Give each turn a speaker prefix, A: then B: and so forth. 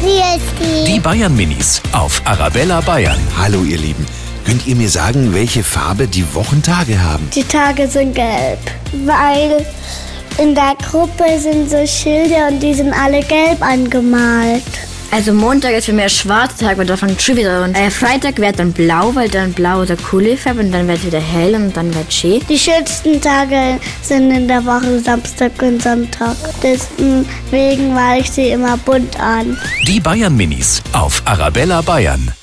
A: Grüß
B: Die Bayern Minis auf Arabella Bayern.
C: Hallo ihr Lieben, könnt ihr mir sagen, welche Farbe die Wochentage haben?
A: Die Tage sind gelb, weil in der Gruppe sind so Schilder und die sind alle gelb angemalt.
D: Also Montag ist für mich ein schwarzer Tag, weil davon schon wieder und äh, Freitag wird dann blau, weil dann blau der coole Farbe und dann wird wieder hell und dann wird schön.
A: Die schönsten Tage sind in der Woche Samstag und Sonntag. Deswegen male ich sie immer bunt an.
B: Die Bayern Minis auf Arabella Bayern.